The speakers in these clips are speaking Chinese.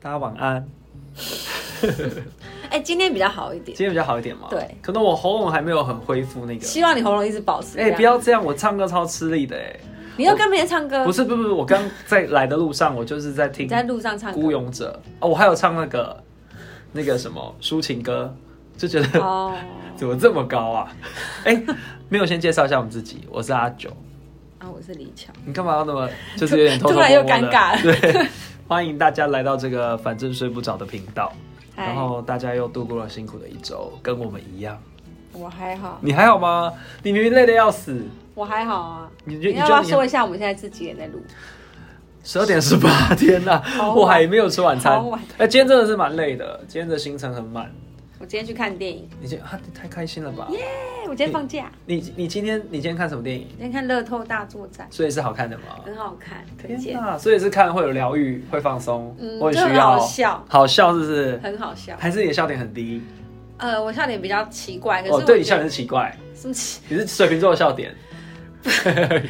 大家晚安。哎，今天比较好一点今，天比较好一点吗？对，可能我喉咙还没有很恢复那个。希望你喉咙一直保持。哎、不，要这样，我唱歌超吃力的哎、你要跟别人唱歌，不是，不是，不是，我刚在来的路上，我就是在听嗯你在路上唱孤歌。勇者》哦，我还有唱那个那个什么抒情歌，就觉得、 哦，怎么这么高啊？哎、没有先介绍一下我们自己，我是阿九，啊，我是李巧，你干嘛要那么就是有点偷偷突 然又摸摸的尴尬了对，欢迎大家来到这个反正睡不着的频道，然嗨，后大家又度过了辛苦的一周，跟我们一样。我还好，你还好吗？你明明累得要死，我还好啊。你就你你要不要就说你一下我们现在是几点在录？十二点十 八，天呐，好晚我还没有吃晚餐好晚。哎，今天真的是蛮累的，今天的行程很满。我今天去看电影，你今啊，你太开心了吧？哎，我今天放假，你你今天你今天看什么电影？今天看《乐透大作战所以是好看的吗》，？很好看，推哦天荐，呐，所以是看会有疗愈，会放松，嗯我也就很需要好笑好笑是不是？很好笑。还是你的笑点很低？呃，我笑点比较奇怪，可是哦，我对你觉笑得点是奇怪，什么奇？ 你是水瓶座的笑点。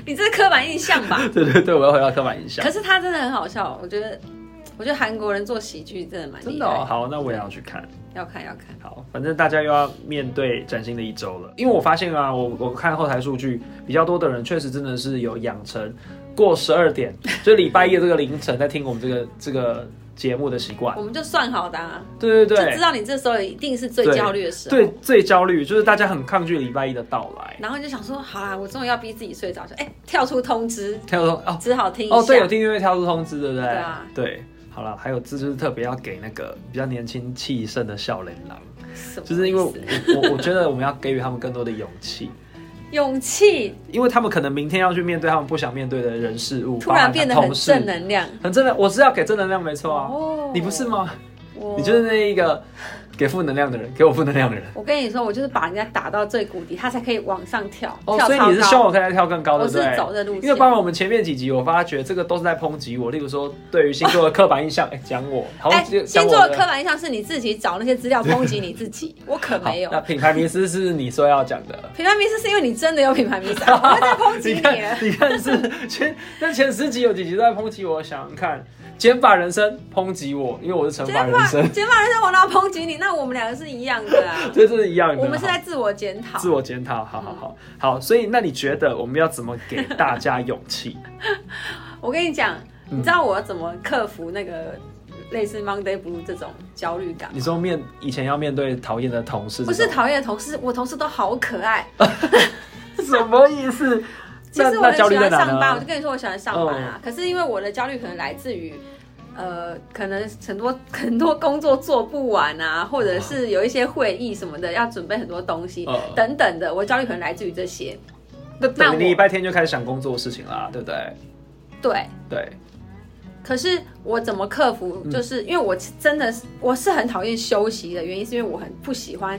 你这是刻板印象吧？对对对，我要回到刻板印象可。是他真的很好笑，我觉得，我觉得韩国人做喜剧真的蛮真厉的、哦、害，好，那我也要去看。要看要看。好，反正大家又要面对崭新的一周了。因为我发现啊，我我看后台数据，比较多的人确实真的是有养成过十二点， 就礼拜一的这个凌晨在听我们这个这个节目的习惯我。们就算好的、啊，对就对知对，道你这时候一定是最对焦虑的时候。对最焦虑就是大家很抗拒礼拜一的到来。然后你就想说，好啦，我终于要逼自己睡着，就哎、跳出通知，跳说哦只好听一下。哦，对，有订阅跳出通知，对不对？对啊对好了，还有这就是特别要给那个比较年轻气盛的笑脸郎，什么意思就是因为我我我觉得我们要给予他们更多的勇气。勇气因为他们可能明天要去面对他们不想面对的人事物，突然变得很正能，能量。很正能，我是要给正能量，没错啊，哦你不是？吗？我你就是那一个给负能量的人，给我负能量的人。我跟你说，我就是把人家打到最谷底，他才可以往上跳。哦，跳所以超你是高希望我可以跳更高，对不我是对？走的路因为线。包括我们前面几集，我发觉这个都是在抨击我，例如说对于星座的刻板印象，哎，讲我，好哎像，只有讲星我座的的刻板印象是你自己找那些资料抨击你自 己，我可好没有。那品牌迷思是你说要讲的。品牌迷思是因为你真的有品牌迷思，我不是在抨击 你你看了，。你看是前那前十集有几集都在抨击我，想想看，减法人生抨击我，因为我是乘减法法人生，，减法人生，我哪有抨击你？那我们两个是一样的 啊这是一样的。我们是在自我检讨自。我检讨，好好好好。所以，那你觉得我们要怎么给大家勇气？嗯我跟你讲，嗯你知道我要怎么克服那个类似 Monday Blue 这种焦虑感吗？你说面以前要面对讨厌的同事这不种，是讨厌的同事，我同事都好可爱。什么意思？其那实我那很焦喜虑在欢哪上班，呢？我就哦跟你说我喜欢上班啊。可是因为我的焦虑可能来自于，呃，可能很多 很多工作做不完啊，或者是有一些会议什么的要准备很多东西、哦等等的，我焦虑可能来自于这些。那那等你我礼拜天就开始想工作的事情啦，对不对？对，对，可是我怎么克服？嗯就是因为我真的是我是很讨厌休息的原因，是因为我很不喜欢，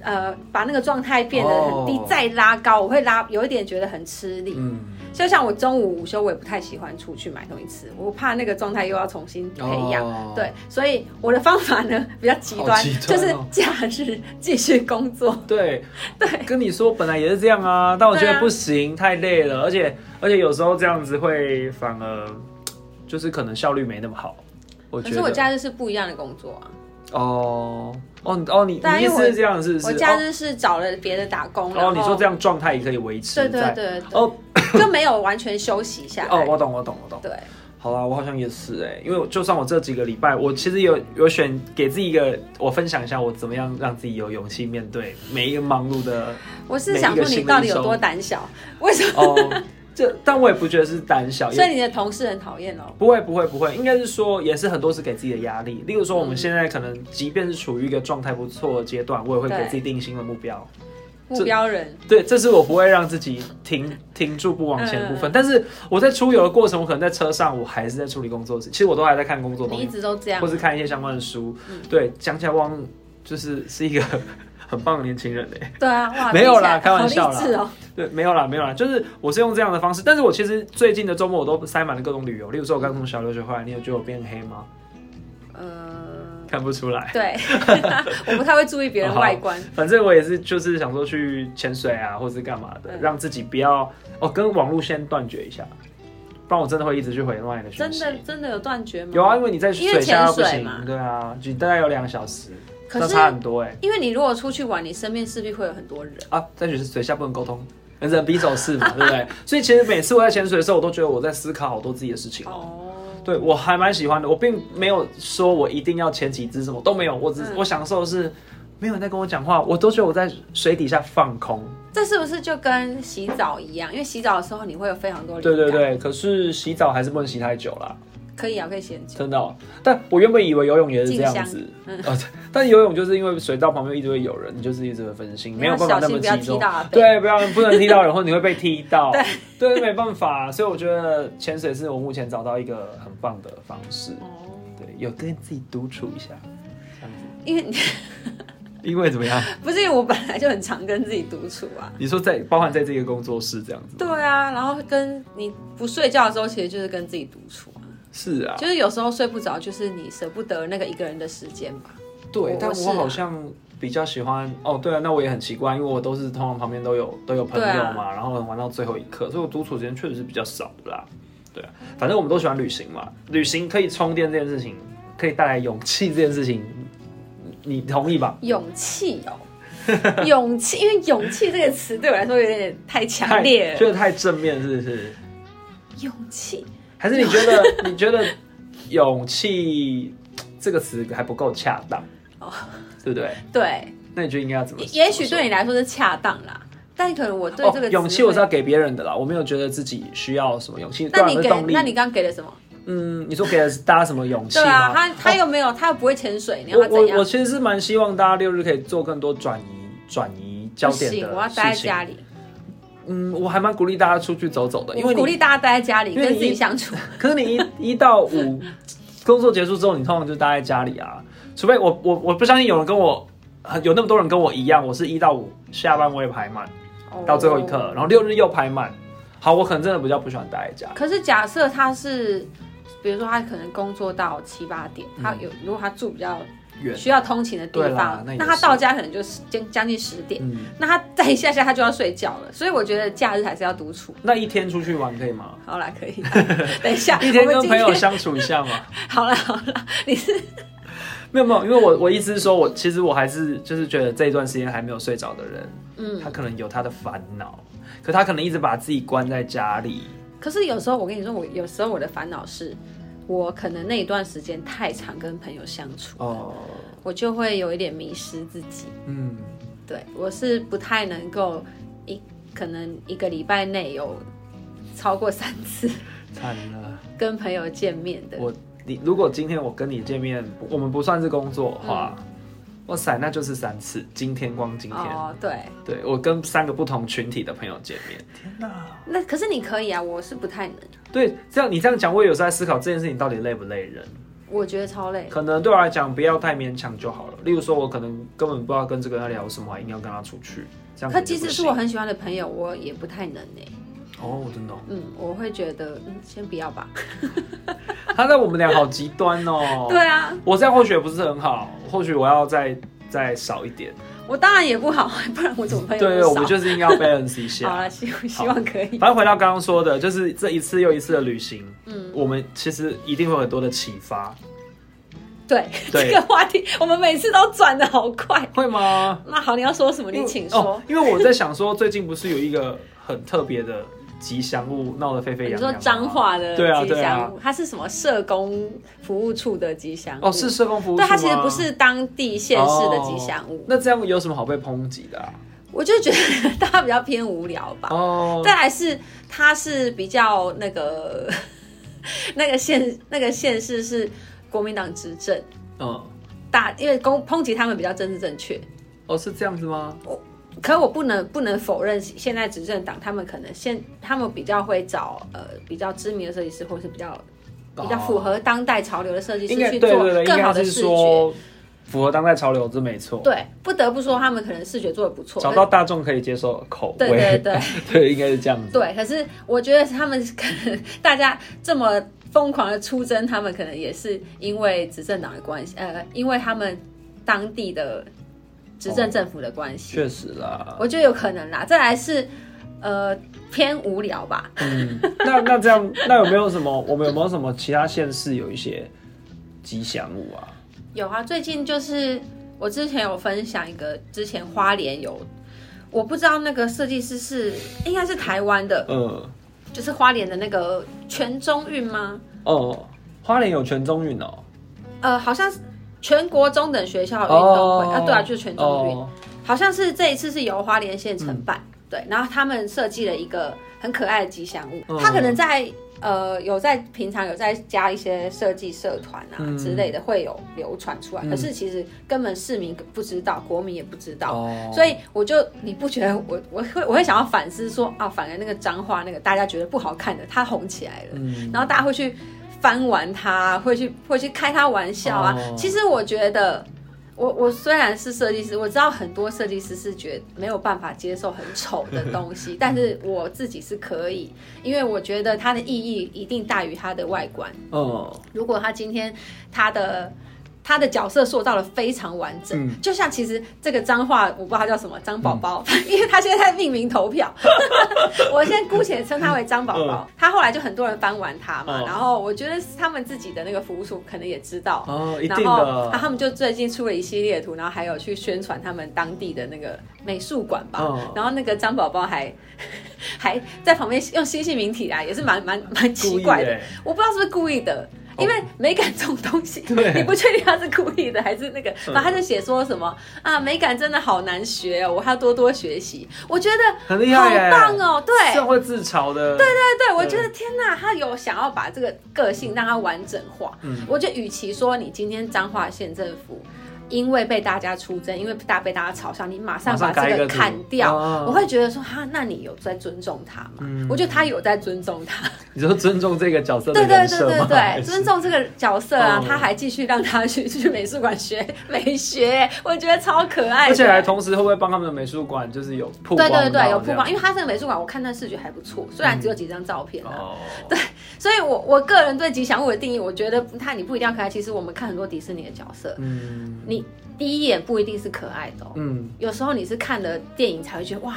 呃，把那个状态变得很低，哦再拉高，我会拉有一点觉得很吃力。嗯，就像我中午午休，我也不太喜欢出去买东西吃，我怕那个状态又要重新培养。哦对，所以我的方法呢 比较极端，好极端哦就是假日继续工作。对，对，跟你说本来也是这样啊，但我觉对得啊不行，太累了，而且而且有时候这样子会反而就是可能效率没那么好。我可觉是我得假日是不一样的工作啊，哦哦你哦，你对啊你意因为思我是这样是不是？我假日是找了别的打工，然哦，后你说这样状态也可以维持在。对对对对，哦就没有完全休息下来。哦，我懂我懂我懂。对，好啦，我好像也是哎、因为我就算我这几个礼拜，我其实有有选给自己一个，我分享一下我怎么样让自己有勇气面对每一个忙碌 的我是想说你到底有多胆小？为什么？哦。这但我也不觉得是胆小，所也以你的同事很讨厌哦。不会不会不会，应该是说也是很多是给自己的压力。例如说嗯我们现在可能即便是处于一个状态不错的阶段，我也会给对自己定新的目标。目标人对，这是我不会让自己停停住不往前的部分。但是我在出游的过程，我可能在车上，我还是在处理工作的事，其实我都还在看工作的你东一西，直都这样或，是看一些相关的书。对，讲起来汪就是是一个 很棒的年轻人哎。对啊，哇，没有啦听起来开玩笑啦好励志哦。对，没有啦，没有啦，就是我是用这样的方式。但是我其实最近的周末我都塞满了各种旅游，例如说我刚从小留学回来，你有觉得我变黑吗？呃，看不出来。对， 我不太会注意别哦人外观。反正我也是，就是想说去潜水啊，或是干嘛的，嗯让自己不要哦，跟网络先断绝一下。不然我真的会一直去回乱你的讯真息。的真的有断绝吗？有啊，因为你在因为水下不潜水行嘛，对啊，就大概有两个小时，可那是差很多哎、因为你如果出去玩，你身边势必会有很多人。啊，在水水下不能沟通，人比手 势嘛，对不对？所以其实每次我在潜水的时候，我都觉得我在思考好多自己的事情哦。哦，对我还蛮喜欢的，我并没有说我一定要前几只什么都没有，我只、嗯我享受的是没有人在跟我讲话，我都觉得我在水底下放空。这是不是就跟洗澡一样？因为洗澡的时候你会有非常多灵对对，感。对，可是洗澡还是不能洗太久啦，可以啊，可以闲着。真的、哦。但我原本以为游泳也是这样静嗯子，啊，但游泳就是因为水道旁边一直会有人，你就是一直会分心，没有办法那么你要小心集不要中踢到阿。贝对，不要不能踢到人，或者你会被踢 到。对，没办法。所以我觉得潜水是我目前找到一个很棒的方式，哦，对，有跟自己独处一下，这样子。因为你因为怎么样？ 不是因为我本来就很常跟自己独处啊。你说在包含在这个工作室这样子吗，对啊，然后跟你不睡觉的时候，其实就是跟自己独处啊。是啊，就是有时候睡不着，就是你舍不得那个一个人的时间吧。对我，但我是我啊好像比较喜欢哦，对啊，那我也很奇怪，因为我都是通常旁边都有都有朋友对啊嘛，然后玩到最后一刻，所以我独处时间确实是比较少的啦。对啊，反正我们都喜欢旅行嘛，旅行可以充电这件事情，可以带来勇气这件事情，你你同意吧？勇气哦， 勇气，因为勇气这个词对我来说有点太强烈太了。觉得太正面是不是？勇气，还是你觉 得你觉得勇气这个词还不够恰当？哦对不对？对，那你觉得应该要怎么？也也许怎么说对你来说是恰当啦，但可能我对这个、哦、勇气我是要，给别人的啦，我没有觉得自己需要什么勇气，那当然你是给，动力。那你刚刚给了什么？嗯，你说给了大家什么勇气对吗？啊，他他哦又没有，他又不会潜水，你要我他怎我我样？其实是蛮希望大家六日可以做更多转移转移焦不点行，我要的待在事情。家里。嗯，我还蛮鼓励大家出去走走的，因我为鼓你励大家待在家里，因为跟你自己相处。可是你一 一到五工作结束之后，你通常就待在家里啊，除非我我我不相信有人跟我很有那么多人跟我一样，我是一到五下班我也排满，到最后一刻，哦然后六日又排满。好，我可能真的比较不喜欢待在家。可是假设他是，比如说他可能工作到七八点，他有如果他住比较嗯远需要通勤的地对啦方，那那也他是到家可能就是将将近十点，嗯，那他再一下下他就要睡觉了。所以我觉得假日还是要独处。那一天出去玩可以 吗？好啦，可以啦。等一下，一天我们跟今朋天友相处一下嘛？ 好啦好啦，你是 没有没有，因为我我意思是说，我其实我还是就是觉得这一段时间还没有睡着的人，嗯，他可能有他的烦恼，可他可能一直把自己关在家里。可是有时候我跟你说，我有时候我的烦恼是，我可能那一段时间太常跟朋友相处，哦，我就会有一点迷失自己。嗯，对我是不太能够一可能一个礼拜内有超过三次 惨了。跟朋友见面的。我你如果今天我跟你见面，我们不算是工作的话，哇塞，那就是三次。今天光今天，哦，对，对我跟三个不同群体的朋友见面，天哪！那可是你可以啊，我是不太能，对，这样你这样讲，我也有时候在思考这件事情到底累不累人。我觉得超累。可能对我来讲，不要太勉强就好了。例如说，我可能根本不知道跟这个人聊什么，还硬要跟他出去，这样可可能就即不使是行我很喜欢的朋友，我也不太能呢、哦，真的哦、嗯，我会觉得，嗯，先不要吧。他在我们俩好极端哦。 对，啊，我这样或许也不是很好，或许我要再再少一点。我当然也不好， 不然我怎么朋友对，都我少们就是应啊该要 balance 一 好下。了，希希望可以。反正回到刚刚说的，就是这一次又一次的旅行，嗯，我们其实一定会有很多的启发，对，对这个话题我们每次都转的好快。会吗？那好，你要说什么？你请说哦。因为我在想说，最近不是有一个很特别的吉祥物闹得沸沸你扬说扬吗？彰化的对啊吉对啊祥物，它是什么社工服务处的吉祥物？哦，是社工服务处对，吗它其实不是当地县市的吉祥哦物。那这样有什么好被抨击的啊？我就觉得 大家比较偏无聊吧。哦，再来是它是比较那个那个县那个县市是国民党执政，嗯，大因为攻抨击他们比较政治正确。哦，是这样子吗？可我不能不能否认，现在执政党他们可能现他们比较会找呃比较知名的设计师，或是比较比较符合当代潮流的设计师哦应该去对做对对，应更好该的是视觉。说符合当代潮流，这没错。对，不得不说他们可能视觉做的不错。找到大众可以接受的口对味，对对 对应该是这样子。对，可是我觉得他们可能大家这么疯狂的出征，他们可能也是因为执政党的关系，呃，因为他们当地哦的执政政府的关系。确实啦，我觉得有可能啦。再来是，呃偏无聊吧。嗯，那那这样，那有没有什么？我们有没有什么其他县市有一些吉祥物啊？有啊，最近就是我之前有分享一个，之前花莲有，我不知道那个设计师是应该是台湾的，嗯，就是花莲的那个全中运吗？哦，花莲有全中运哦，呃，好像是全国中等学校运动会、哦啊，对啊，就是全中运，哦，好像是这一次是由花莲县承办，对，然后他们设计了一个很可爱的吉祥物，嗯他可能在呃有在平常有在加一些设计社团啊嗯之类的会有流传出来，可是其实根本市民不知道，国民也不知道，哦所以我就你不觉得我我会我会想要反思说啊，反而那个脏话那个大家觉得不好看的，它红起来了，嗯然后大家会去翻玩它，会去会去开它玩笑啊。哦其实我觉得。我我虽然是设计师，我知道很多设计师是觉得没有办法接受很丑的 东西，但是我自己是可以，因为我觉得它的意义一定大于它的外观。嗯如果他今天他的他的角色塑造的非常完整，嗯就像其实这个脏话我不知道他叫什么张宝宝， 因为他现在在命名 投票，我先姑且称他为张宝宝。他后来就很多人翻玩他嘛，嗯然后我觉得他们自己的那个服务处可能也知道。哦，一然定后，啊他的，他们就最近出了一系列图，然后还有去宣传他们当地的那个美术馆吧。嗯然后那个张宝宝还 还在旁边用星系名体啊，也是蛮蛮蛮故奇意怪的。欸我不知道是不是故意的，因为美感这种东西，哦 对你不确定他是故意的还是那个，嗯然后他就写说什么啊，美感真的好难学哦，我还要多多学习。我觉得很厉好害耶，棒哦，对这样会自嘲的，对对，对对，我觉得天哪，他有想要把这个个性让它完整化。嗯我觉得与其说你今天彰化县政府。因为被大家出征，因为大被大家嘲笑，你马上马把上改这一个个图砍掉，哦我会觉得说哈，那你有在尊重他吗？嗯我觉得他有在尊重他，你说尊重这个角色的对对人对设对吗？还对，是尊重这个角色啊嗯，他还继续让他去去美术馆学美学，我觉得超可爱的，而且还同时会不会帮他们的美术馆就是有曝对光到这对样？嗯对有曝光，因为他这个美术馆我看那视觉还不错，虽然只有几张照片啊，哦，所以我我个人对吉祥物的定义，我觉得他你不一定要可爱，其实我们看很多迪士尼的角色，嗯你第一眼不一定是可爱的哦，嗯，有时候你是看了电影才会觉得哇，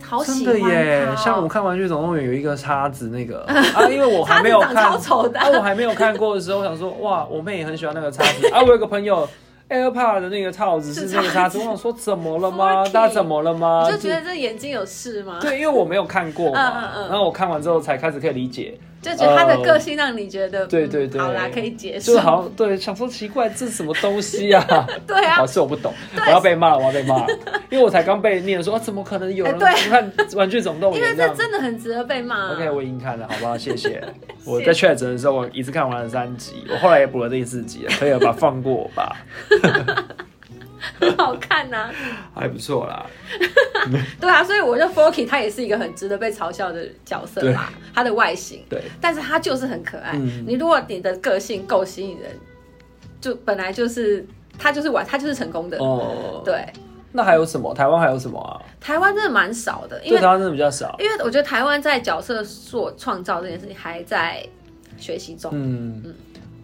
好真喜的欢耶它哦，像我看《玩具总动员》有一个叉子那 个啊，因为我还叉没子有长看，超丑的啊，我还没有看过的时候，我想说哇，我妹也很喜欢那个叉子啊，我有个朋友。AirPod 的那个套子是是那个叉叉子，子我想说怎么了吗？ Forky 大家怎么了吗？你就觉得这眼睛有事吗？ 对，因为我没有看过嗯嘛嗯，嗯然后我看完之后才开始可以理解，就觉得他的个性让你觉得，哦对对嗯对好啦，可以接受，就是好像对，想说奇怪这是什么东西啊？ 对啊好，，是我不懂，我要被骂，我要被骂，因为我才刚被念说、啊、怎么可能有人哎不对看《玩具总动因员为》这这样。真的很值得被骂、啊 OK，我已经看了，好不好？谢 谢。我在确诊的时候，我一次看完了三集，我后来也补了第四集了，可以了吧？放过我吧，很好看呐、 还不错啦。对啊，所以我觉得 Forky 他也是一个很值得被嘲笑的角色嘛，他的外形，对，但是他就是很可爱。嗯你如果你的个性够吸引人，就本来就是他就是玩他就是成功的。哦，对，那还有什么？台湾还有什么啊？台湾真的蛮少的，因对为台湾真的比较少。因为我觉得台湾在角色塑创造这件事情还在学习中。嗯，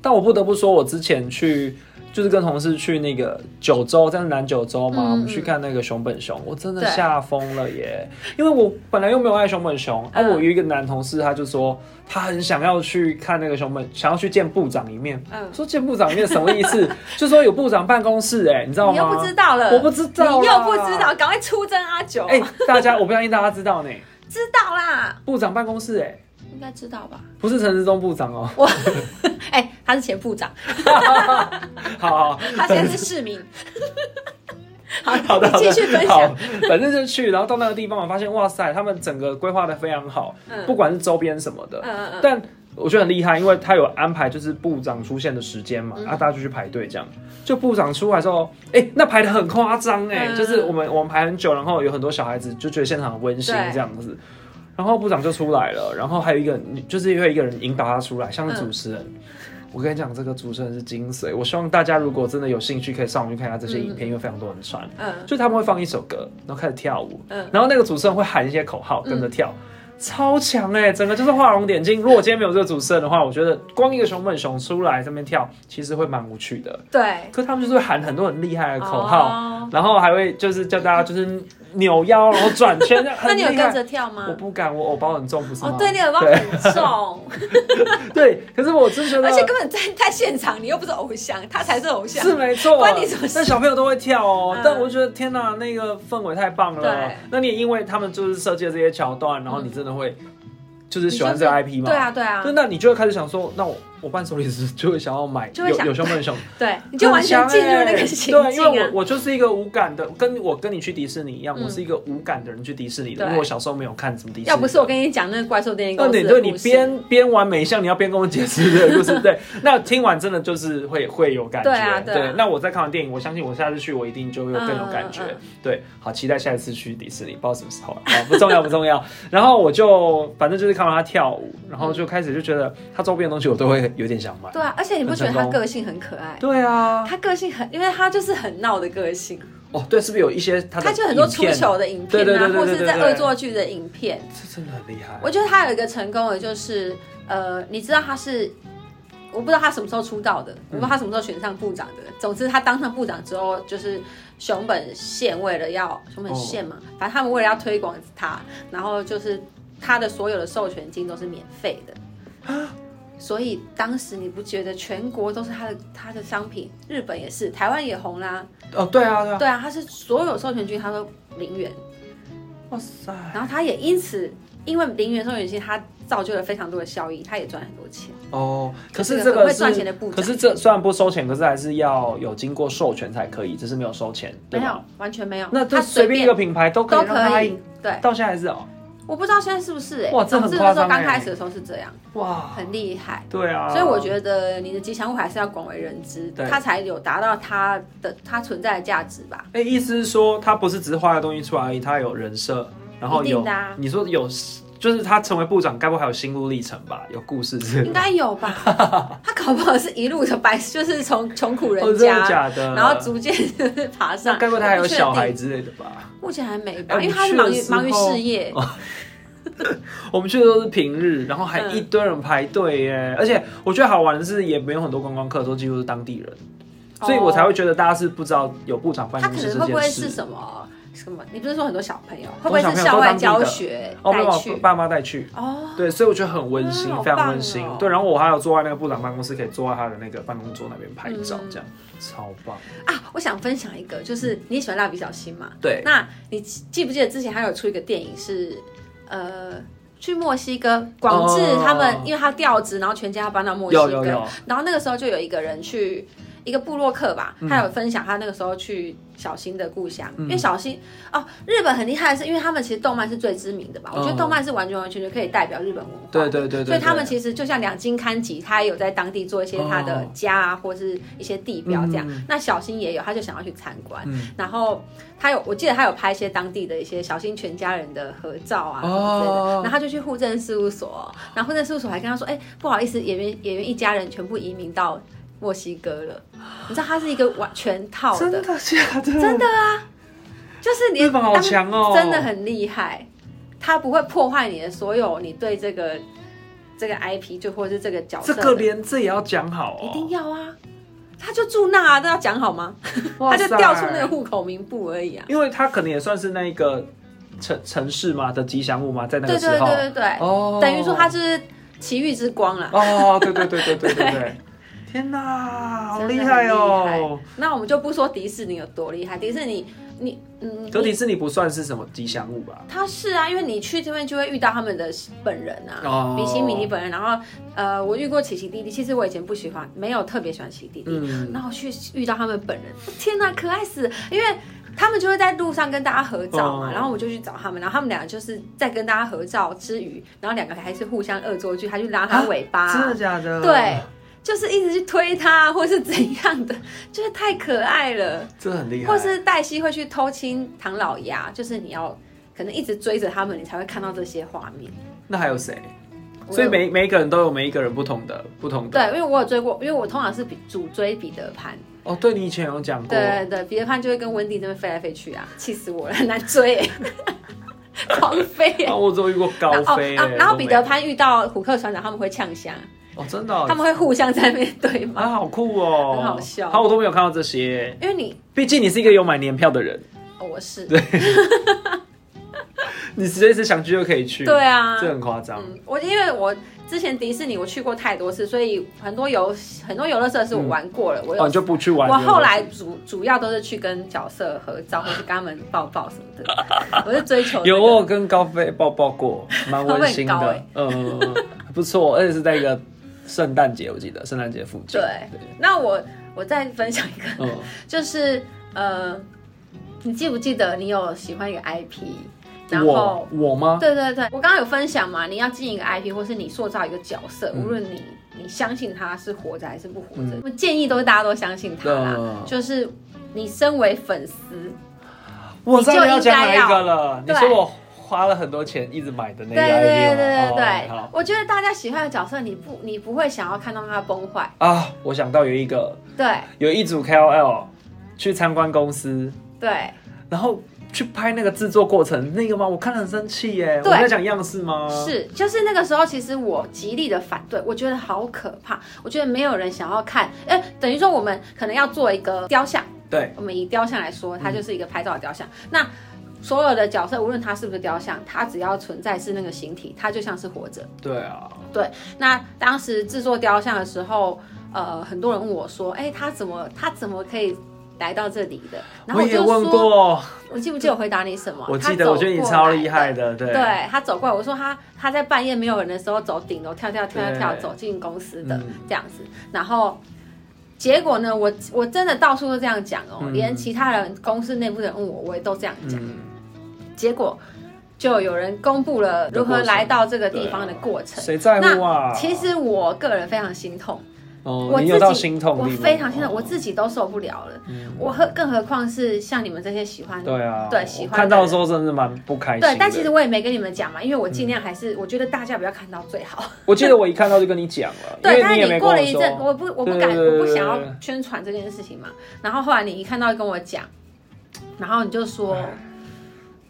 但我不得不说，我之前去就是跟同事去那个九州，在南九州嘛，嗯嗯我们去看那个熊本熊，我真的对吓疯了耶！因为我本来又没有爱熊本熊，啊，嗯我有一个男同事，他就说他很想要去看那个熊本，想要去见部长一面。嗯，说见部长一面什么意思？ 就说有部长办公室，哎，你知道你又吗？不知道了，我不知道啦你又不知道，赶快出征阿九。哎、大家，我不相信大家知道呢。知道啦，部长办公室，哎，应该知道吧？不是陈时中部长哦、我， 哎、他是前部长，好好，他现在是市民。好， 好的，你继续分好享的。好反正就去，然后到那个地方，我发现哇塞，他们整个规划的非常好，嗯不管是周边什么的，嗯嗯嗯但我觉得很厉害，因为他有安排就是部长出现的时间嗯嘛，啊，大家就去排队这样。就部长出来之后，哎、那排的很夸张哎，嗯就是我们我们排很久，然后有很多小孩子就觉得现场很温馨对这样子。然后部长就出来了，然后还有一个就是又有一个人引导他出来，嗯像是主持人。我跟你讲，这个主持人是精髓。我希望大家如果真的有兴趣，可以上网去看一下这些影片，因为非常多人传。嗯，就他们会放一首歌，然后开始跳舞，嗯然后那个主持人会喊一些口号跟着跳，超强哎、整个就是画龙点睛。如果今天没有这个主持人的话，我觉得光一个熊本熊出来这边跳，其实会蛮无趣的。对， 可他们就是会喊很多很厉害的口号，哦然后还会就是叫大家就是扭腰，然后转圈，那很 你厉有跟害。着跳吗 我？不敢，我偶包很重，不是吗？哦，对，你耳包很重， 对，可是我真觉得而且根本在在现场，你又不是偶像，他才是偶像。是没错，关你什么事但小朋友都会跳哦。嗯但我觉得天哪，那个氛围太棒了啊对。那你也因为他们就是设计了这些桥段，然后你真的会就是你喜欢这个就是 IP 嘛？对。啊，对啊对，，那你就会开始想说，那我我伴手礼是就会想要买就有会想有胸没胸，对，你就完全进入那个情很强欸对，因境为啊。我我就是一个无感的，跟我跟你去迪士尼一样，嗯我是一个无感的人去迪士尼的，对因为我小时候没有看什么迪士尼。要不是我跟你讲那个怪兽电影公那司你的对你故事，边边玩每一项，你要边跟我解释这个故事。 对，那听完真的就是会会有感觉。对啊对啊那我在看完电影，我相信我下次去，我一定就会有更有感觉。嗯嗯嗯对，好期待下一次去迪士尼，不知道什么时候啊， 好不重要不重要。然后我就反正就是看完他跳舞，然后就开始就觉得他周边的东西我都会有点想买。对啊，而且你不觉得很他成功个性很可爱？对啊，他个性很，因为他就是很闹的个性，哦对，是不是有一些他的他就很多出影片糗的影对片对对啊，对对或对是在对对恶作剧的影片。这真的很厉害。我觉得他有一个成功的就是，呃，你知道他是，我不知道他什么时候出道的，我不知道他什么时候选上部长的。总之，他当上部长之后，就是熊本县为了要熊本县哦嘛，反正他们为了要推广他，然后就是他的所有的授权金都是免费的。啊所以当时你不觉得全国都是他的他的商品，日本也是，台湾也红啦。哦对啊对啊，对啊，他是所有授权金他都零元。哇塞，然后他也因此，因为零元送远金，他造就了非常多的效益，他也赚很多钱。哦，可是这这个个很会是赚钱的部长可是这虽然不收钱，可是还是要有经过授权才可以，只是没有收钱，对没吧？有，完全没有。那他这随随便一个品牌都可以都让他可赢以，。对，到现在还是哦，我不知道现在是不是哎、欸。哇这很总之夸那时张候刚欸啊开始的时候是这样，哇，很厉害。对啊。所以我觉得你的吉祥物还是要广为人知，对它才有达到它的它存在的价值吧。哎、意思是说他不是只是画个东西出来而已，他有人设，然后一定有、的啊你说有，就是他成为部长，该不会还有心路历程吧？有故事之类应的。该有 吧？他搞不好是一路的白，就是从穷苦哦，人真家，的假的？然后逐渐 就是爬那上。该不会他还有我不确小孩定？之类的吧？目前还没哎吧，我因为们他是去忙的于时忙于候哦事业。我们去的都是平日，然后还嗯一堆人排队耶，而且我觉得好玩的是，也没有很多观光客，都几乎是当地人，所以我才会觉得大家是不知道有部长办哦他公可室能这会不会件是事。什么什么？你不是说很多小朋友，多会不会小朋友是校都外当地的教学哦，没有带把去？爸妈带去，哦，对，所以我觉得很温馨嗯，好非常棒温馨哦。对，然后我还有坐在那个部长办公室，可以坐在他的那个办公桌那边拍照，嗯这样超棒。啊，我想分享一个，就是你喜欢蜡笔小新嘛？对，那你记记不记得之前还有出一个电影是呃？去墨西哥，广志哦他们、因为他调职，然后全家要搬到墨西有哥，有有，然后那个时候就有一个人去一个部落客吧，嗯他有分享他那个时候去小新的故乡，因为小新哦，日本很厉害的是，因为他们其实动漫是最知名的吧，我觉得嗯动漫是完全完全全可以代表日本文化。对对对对，所以他们实其实就像两金刊吉，他也有在当地做一些他的哦嗯家啊，或是一些地标这样。那小新也有，他就想要去参观。然后他有，我记得他有拍一些当地的一些小新全家人的合照啊什么之类的。哦然后他就去户政事务所，然后户政事务所还跟他说：“哎、不好意思，演员演员一家人全部移民到墨西哥了。”你知道他是一个完全套真的，的假的？真的，就是日连本好当强哦，真的很厉害，它不会破坏你的所有你对这个这个 IP 就或者是这个角色这的，个连这也要讲好哦，一定要啊。他就住那啊，都要讲好吗？哇他就塞调出那个户口名簿而已啊。因为它可能也算是那一个城城市嘛的吉祥物嘛，在那对个时对候，对对对，哦，等于说他就是奇遇之光啦。哦，对对对对对对对，天哪，好厉害真的很哦！那我们就不说迪士尼有多厉害，迪士尼你嗯，可你迪士尼不算是什么吉祥物吧？他是啊，因为你去这边就会遇到他们的本人啊，哦米奇米妮本人。然后呃，我遇过奇奇弟弟，其实我以前不喜欢，没有特别喜欢奇奇弟弟。嗯，然后去遇到他们本人，天哪，可爱死了！因为他们就会在路上跟大家合照嘛，哦然后我就去找他们，然后他们俩就是在跟大家合照之余，然后两个还是互相恶作剧，他去拉他尾巴，啊真的假的？啊对，就是一直去推他或是怎样的， 就是太可爱了。这很厉害。或是黛西会去偷亲唐老鸭，就是你要可能一直追着他们，你才会看到这些画面。那还有谁？我所以有每每一个人都有每一个人不同的不同对，的。因为我有追过，因为我通常是比主追彼得潘，哦，对你以前有讲过，对对对，彼得潘就会跟温蒂这边飞来飞去啊，气死我了，很难追、 欸，狂飞、欸。 啊，我只有遇过高飞 然后啊欸，然后彼得都潘遇到虎克船长，他们会呛虾，没哦，真的哦，他们会互相在那边对骂，啊，好酷哦，很好笑好，我都没有看到这些，因为你毕竟你是一个有买年票的人。哦我是，你随时想去就可以去，对啊，这很夸张。嗯，我因为我之前迪士尼我去过太多次，所以很多游很多游乐设施我玩过了，我有哦，你就不去玩。嗯我后来主主要都是去跟角色合照，或是跟他们抱抱什么 的。我是追求、有我有跟高飞抱抱过，蛮温馨高欸飞的很，嗯，嗯嗯嗯不错，而且是在一个圣诞节，我记得圣诞节附近。对，那我我再分享一个，对，嗯，就是呃，你记不记得你有喜欢一个 IP，然后我我吗？对对对，我刚刚有分享嘛，你要经营一个 IP，或是你塑造一个角色，嗯无论你你相信他是活着还是不活着，我建议都是大家都相信他啦嗯。就是你身为粉丝，我知道你要讲哪你一就应该个要了。你对说我花了很多钱一直买的那对个对 ID 对对吗对哦，对好我觉得大家喜欢的角色，你不你不会想要看到他崩坏，啊，我想到有一个对有一组 KOL 去参观公司，对然后去拍那个制作过程，那个吗？我看了很生气耶。我对们在讲样式吗？。是，就是那个时候，其实我极力的反对，我觉得好可怕，我觉得没有人想要看，哎，等于说我们可能要做一个雕像。对，我们以雕像来说，它就是一个拍照的雕像。嗯那所有的角色，无论它是不是雕像，它只要存在是那个形体，它就像是活着。对啊，那当时制作雕像的时候，呃，很多人问我说：“哎、他怎么他怎么可以来到这里的？”然后我我也就问说：“过，我记不记得我回答你什么？”我他记得，走我觉得你过超来厉的害的，对，对他走过来，我说他他在半夜没有人的时候走顶楼跳跳跳跳跳对走进公司的、嗯这样子，然后结果呢，我我真的到处都这样讲哦，嗯连其他人公司内部的人问我，我也都这样讲，嗯，结果就有人公布了如何来到这个地方的过程。谁在乎啊？其实我个人非常心痛，哦，我你自有到己心痛我的地步非常心痛，哦我自己都受不了了。嗯我何更何况是像你们这些喜欢对啊，对我喜欢看的到的人时候真的蛮不开心的。嗯对，但其实我也没跟你们讲嘛，因为我尽量还是、我觉得大家不要看到最好。我记得我一看到就跟你讲了，因对，为但也是没你跟我过了一阵，说。我不我不对敢，对对我不想对对要宣传这件事情嘛。然后后来你一看到跟我讲，然后你就说，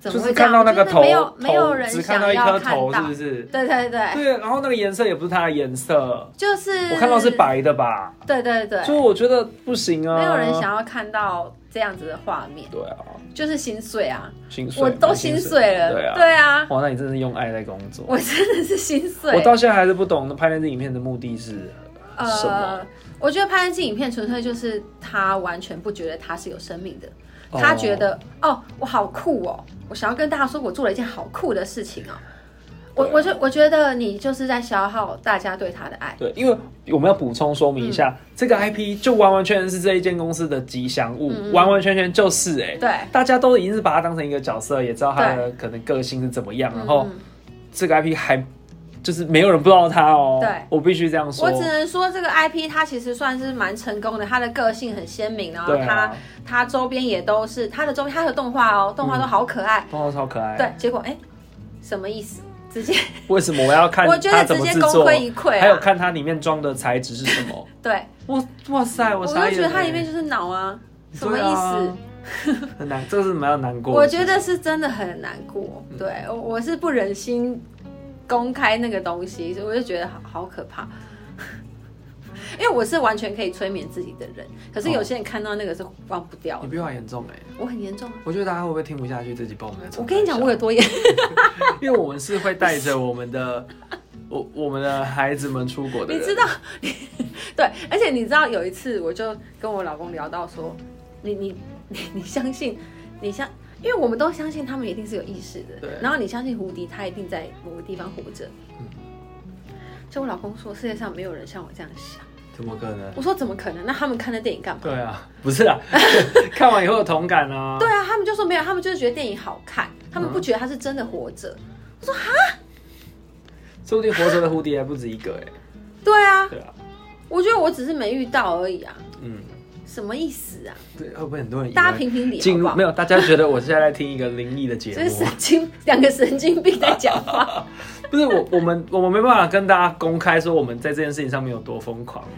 怎么就会是这看样？到那个就是头，没有头没有人只看想到一要颗看头，是到不，是？对对对，对，然后那个颜色也不是它的颜色，就是我看到是，白的吧？对对对，所以我觉得不行啊，没有人想要看到这样子的画面，对啊，就是心碎啊，心碎，我都蛮心心碎了，对啊，对啊， 哇，那你真的是用爱在工作。我真的是心碎，我到现在还是不懂拍那支影片的目的是什么呃，我觉得拍那支影片纯粹就是他完全不觉得他是有生命的，哦他觉得哦，我好酷哦，我想要跟大家说我做了一件好酷的事情哦。我对啊我就我觉得你就是在消耗大家对他的爱，对，因为我们要补充说明一嗯下，这个 IP 就完完全全是这一间公司的吉祥物，嗯嗯完完全全就是哎、对，大家都已经是把它当成一个角色，也知道他的可能个性是怎么样，然后嗯这个 IP 还就是没有人不知道他哦，对我必须这样说我，只能说这个 IP 它其实算是蛮成功的，它的个性很鲜明，然后对它、啊，它周边也都是它的周边，它的动画哦，动画都嗯好可爱，动画超可爱，对，结果哎、什么意思？直接为什么我要看我觉得他怎直么接制功作，亏一篑、啊，还有看它里面装的材质是什么？ 对，哇哇塞，我我傻眼就觉得了它里面就是脑啊，什么对意思啊？很难，这是蛮要难过的我事情。觉得是真的很难过，嗯对我我是不忍心公开那个东西，所以我就觉得好好可怕。 因为我是完全可以催眠自己的人，可是有些人看到那个是忘不掉你的。比我还严重哎、我很严重啊，我觉得大家会不会听不下去，自己帮我们来重我跟你看讲，一下我有多严，因为我们是会带着我们的我我们的孩子们出国的你人，知道？对，而且你知道有一次，我就跟我老公聊到说，你你你你相信，你相，因为我们都相信他们一定是有意识的对，然后你相信胡迪他一定在某个地方活着。嗯就我老公说，世界上没有人像我这样想。怎么可能？我说怎么可能？那他们看那电影干嘛？对啊，不是啊， 看完以后有同感啊。对啊，他们就说没有，他们就是觉得电影好看，他嗯们不觉得他是真的活着。说不定活着的蝴蝶还不止一个哎、对啊，对啊，我觉得我只是没遇到而已啊，嗯，什么意思啊？对，会不会很多人以为大家评评理好进不入好没？有？大家觉得我现在在听一个灵异的节就是目，神经两个神经病在讲话。 不是我我们我们没办法跟大家公开说我们在这件事情上面有多疯狂。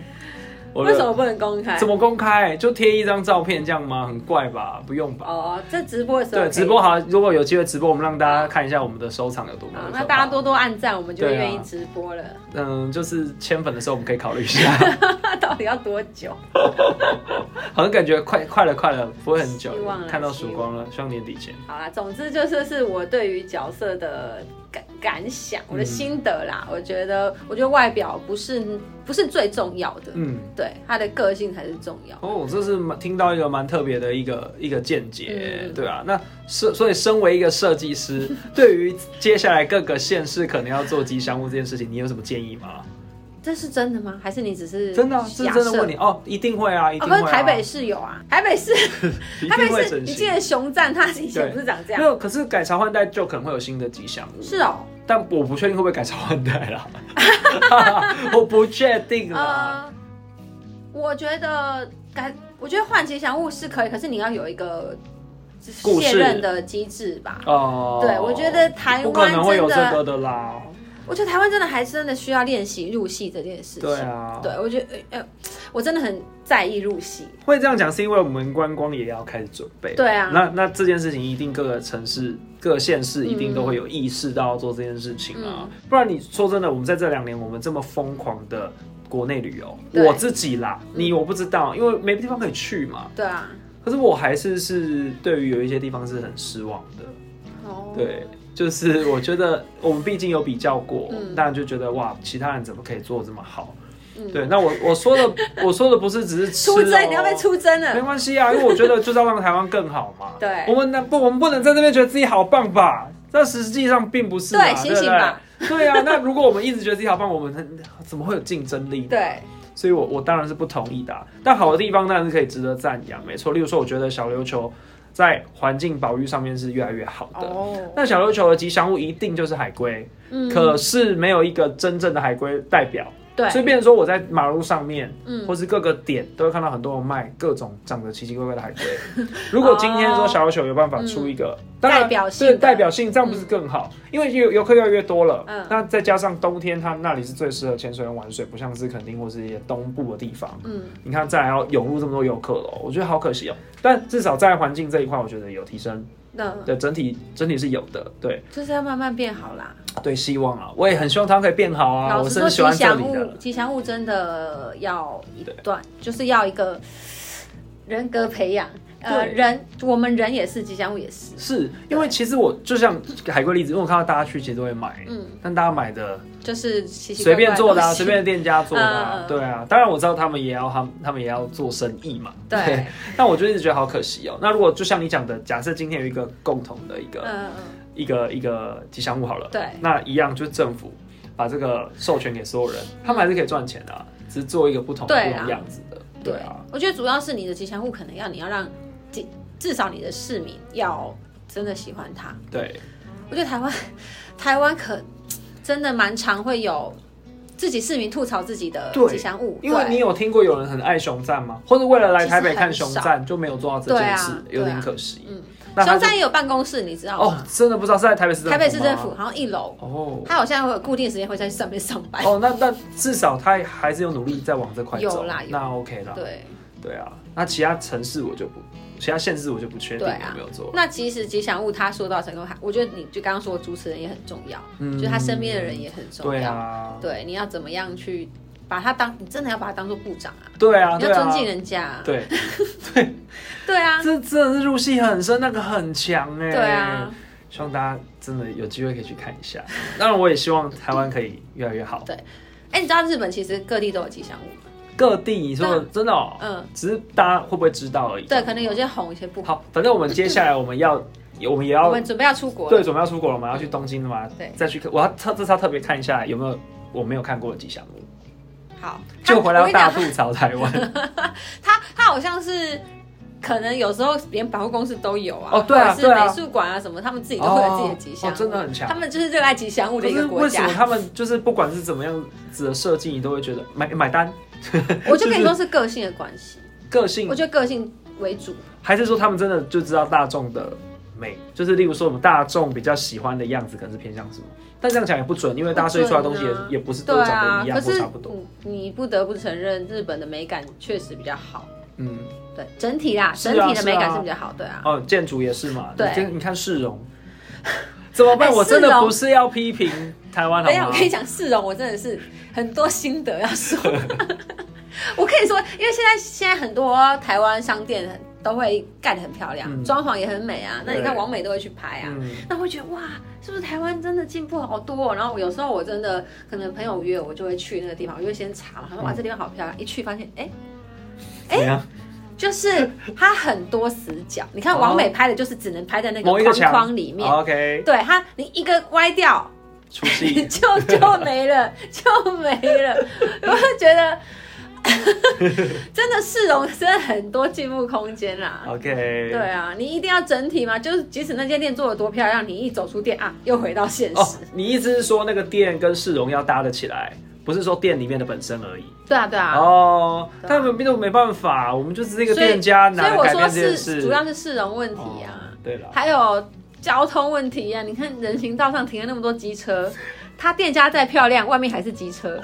我的为什么不能公开怎？么公开？就贴一张照片这样吗？很怪吧？不用吧？哦，在直播的时候可对，以直播好，如果有机会直播，我们让大家看一下我们的收藏有多么的好可怕。那大家多多按赞，我们就会对啊愿意直播了。嗯，就是迁粉的时候我们可以考虑一下。 那到底要多久？好像感觉快快了，快了，不会很久希望啦，看到曙光了，希望年底前。好啦，总之就是是我对于角色的感感想，我的心得啦。嗯我觉得，我觉得外表不是不是最重要的，嗯，对他的个性才是重要。哦，这是蛮听到一个蛮特别的一个一个见解，嗯对啊，那是所以身为一个设计师， 对于接下来各个县市可能要做吉祥物这件事情，你有什么建议吗？这是真的吗？还是你只是真的、啊，这是真的问你啊？哦，一定会啊，一嗯哦，定不会、是啊台北市有啊，台北市，一台定北会市，整你记形。得熊赞他以前不是长没这样？有，可是改朝换代就可能会有新的吉祥物，是哦，但我不确定会不会改朝换代 啦，我不确定啦。呃，我觉得改，我觉得换吉祥物是可以，可是你要有一个故事卸任的机制吧。哦、呃对，我觉得台不可湾能会真有这的个的啦。我觉得台湾真的还真的需要练习入戏这件事情。对啊，对，我觉得呃，呃我真的很在意入戏。会这样讲是因为我们观光也要开始准备。对啊那那这件事情一定各个城市、各县市一定都会有意识到要做这件事情啊，嗯不然你说真的，我们在这两年我们这么疯狂的国内旅游，对嗯我自己啦，你我不知道，因为没地方可以去嘛。对啊，可是我还是是对于有一些地方是很失望的。哦，对，就是我觉得我们毕竟有比较过，嗯当然就觉得哇，其他人怎么可以做得这么好？嗯对，那我我说的 我说的不是只是吃、出哦，征你要被出征没了。关系啊，因为我觉得就是要让台湾更好嘛。 对我们能不我们不能在这边觉得自己好棒吧？但实际上并不是嘛，啊对醒不醒吧 对啊，那如果我们一直觉得自己好棒，我们很怎么会有竞争力？，对，所以我我当然是不同意的啊、但好的地方当然是可以值得赞扬，没错。例如说，我觉得小琉球在环境保育上面是越来越好的。哦，那小琉球的吉祥物一定就是海龟，嗯可是没有一个真正的海龟代表，对，所以变成说我在马路上面，嗯或是各个点都会看到很多人卖各种长得奇奇怪怪的海龟。 如果今天说小琉球有办法出一个，当然哦代表性的对代表性，这样不是更好？因为游游客越来越多了，嗯那再加上冬天，它那里是最适合潜水跟玩水，不像是垦丁或是一些东部的地方。嗯，你看，再来要涌入这么多游客了，我觉得好可惜哦、但至少在环境这一块，我觉得有提升，那对整体整体是有的，对。就是要慢慢变好啦。对，希望啊，我也很希望它可以变好啊。老我是实说，很喜欢吉这祥里物的，吉祥物真的要一对段，就是要一个人格培养。呃，对人我们人也是，吉祥物也是。是因为其实我就像海龟例子，因为我看到大家去其实都会买，嗯，但大家买的就是奇奇怪随怪的便做的啊，东西随便的店家做的啊嗯嗯，嗯对啊。当然我知道他们也要，他们他们也要做生意嘛，对。， 但我就一直觉得好可惜哦。那如果就像你讲的，假设今天有一个共同的一嗯个嗯，一个一个吉祥物好了嗯，对，那一样就是政府把这个授权给所有人，他们还是可以赚钱的啊，只是做一个不同不对啊同样子的，对啊。，我觉得主要是你的吉祥物可能要你要让至至少你的市民要真的喜欢它。对，我觉得台湾台湾可真的蛮常会有自己市民吐槽自己的对吉祥物，因为对你有听过有人很爱熊赞吗？或者为了来台北看其实熊很少赞就没有做到这件事，对啊有点可惜。嗯，那他熊就赞也有办公室，你知道哦吗？，真的不知道是在台北市政府吗台北市政府好像一楼，哦他好像会有固定时间会在上面上班。哦，那那至少他还是有努力在往这块走有啦有那 OK 啦。对，对啊，那其他城市我就不，其他县市我就不确定对啊有没有做。那其实吉祥物他说到成功，我觉得你就刚刚说主持人也很重要，嗯就是他身边的人也很重对要。啊，对，你要怎么样去把他当，你真的要把他当做部长啊，对啊，你对要尊啊。敬人家、啊。对，对啊，这真的是入戏很深，那个很强哎、对啊，，希望大家真的有机会可以去看一下。当然，我也希望台湾可以越来越好。哎、你知道日本其实各地都有吉祥物吗，各地你说的真的哦、嗯，只是大家会不会知道而已。对，可能有些红，有些不红。好，反正我们接下来我们要，我们也我要们准备要出国了，对，准备要出国了，我们要去东京了嘛？对再去看，我要特这次要特别看一下有没有我没有看过的吉祥物，好，就回来我要跟你讲大吐槽台湾。他他好像是可能有时候连百货公司都有啊，哦对啊或者对是啊美术馆啊什么，他们 自己都会有自己的吉祥物，哦哦真的很强他们就是热爱吉祥物可的一是个国为什家么。他们就是不管是怎么样子的设计，你都会觉得买买单？ 我就跟你说是个性的关系，个性我觉得个性为主。还是说他们真的就知道大众的美？就是例如说我们大众比较喜欢的样子，可能是偏向什么？但这样讲也不准，因为大家设计出来的东西不准啊也也不是对都长啊得一，样可或是差不多。嗯你不得不承认日本的美感确实比较好。嗯。对，整体啦，是整啊体的美是感啊是比较好，对啊。哦，建筑也是嘛。对你这你看市容，怎么办？哎我真的市容不是要批评台湾好哦等一下，我吗跟？你讲，市容我真的是很多心得要说。 我可以说，因为现在现在很多台湾商店很都会盖得很漂亮，嗯装、潢也很美啊。那你看对王美都会去拍啊，嗯，那会觉得哇，是不是台湾真的进步好多、哦？然后我有时候我真的可能朋友约我，就会去那个地方，我就会先查嘛，他说哇这地方好漂亮，一去发现哎、哎嗯怎样？就是它很多死角。你看王美拍的就是只能拍在那个哦某一个框墙哦框里面， OK，对它你一个歪掉，出戏。 就就没了，就没了。我就觉得， 真的市容真的很多进步空间啦。 OK，对对。啊，你一定要整体嘛，就是即使那间店做的多漂亮，你一走出店啊，又回到现哦实。，你意思是说那个店跟市容要搭得起来，不是说店里面的本身而已。对啊，对啊。哦，对啊但我们都没办法，我们就是这个所以店家所以难我啊改说变这件是事。主要是市容问题啊哦，对了，还有交通问题啊。你看人行道上停了那么多机车，他店家再漂亮，外面还是机车，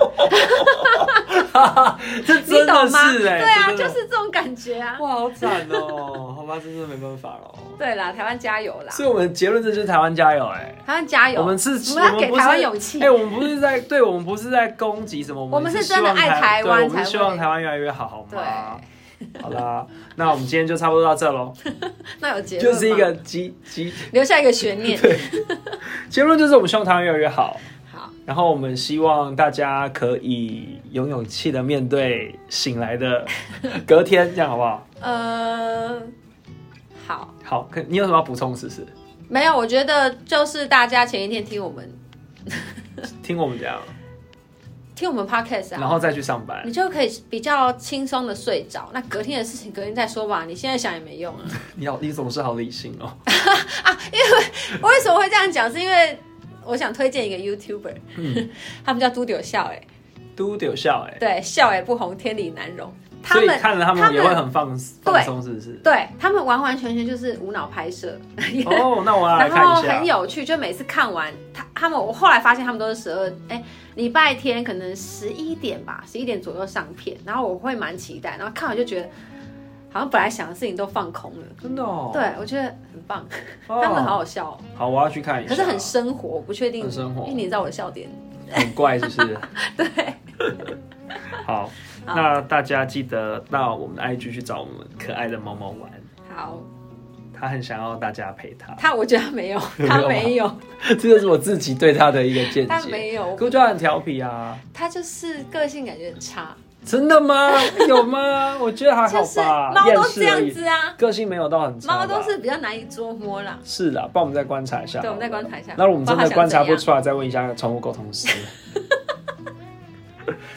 这你哦真的懂吗？是哎、对啊，这真的就是这种感觉啊。哇，好惨哦，好吧，真的没办法 喽。对啦，台湾加油啦！所以我们结论这就是台湾加油哎、台湾加油！我们是，我们要们给不是台湾勇气哎、。我们不是在，对我们不是在攻击什么，我们是是真的希望爱台湾对我们才是希望会台湾越来越好，好吗？好啦，那我们今天就差不多到这 喽，那有结论就吗是一个结结留下一个 悬念。结论，就是我们希望台湾越来越好。好，然后我们希望大家可以有勇气的面对醒来的隔天，这样好不好？呃，好，好，可你有什么要补充？是不是？没有，我觉得就是大家前一天听我们听我们讲，听我们 podcast 然啊，后再去上班你。就可以比较轻松的睡着。那隔天的事情隔天再说吧，你现在想也没用啊。 你好，你总是好理性哦。我为什么会这样讲？是因为我想推荐一个 YouTuber，、嗯 他们叫嘟丢笑哎、嘟丢笑哎、对，笑哎、不红，天理难容。他所以们看了他他们们也会很放放松，是不 是？对他们完完全全就是无脑拍摄， 哦，那我要来然看后很一下。有趣，就每次看完他他们，我后来发现他们都是十二哎礼拜天可能十一点吧，十一点左右上片，然后我会蛮期待，然后看完就觉得好像本来想的事情都放空了。真的哦，对，我觉得很棒，哦他们好好笑、哦，好，我要去看一下。可是很生活，我不确定，很生活因为你知道我的笑点。很怪，是不 是？对。好，那大家记得到我们的 IG 去找我们可爱的猫猫玩，好，它很想要大家陪它。他我觉得他没有，他没有， 这就是我自己对它的一个见他解。没有，可我觉得它很调皮啊，他就是个性感觉很差，真的吗？有 吗？我觉得还好就是吧，猫厌都世这而样已，子啊，个性没有到很差猫吧。都是比较难以捉摸啦。是啦，帮我们再观察一下。对，我们再观察一下。那我们真的观察不知道他想怎不样出来，再问一下宠物沟通师。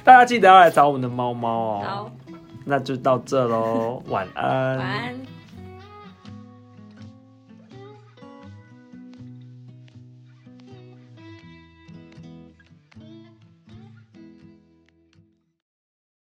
大家记得要来找我们的猫猫哦。好，那就到这喽，晚安。晚安。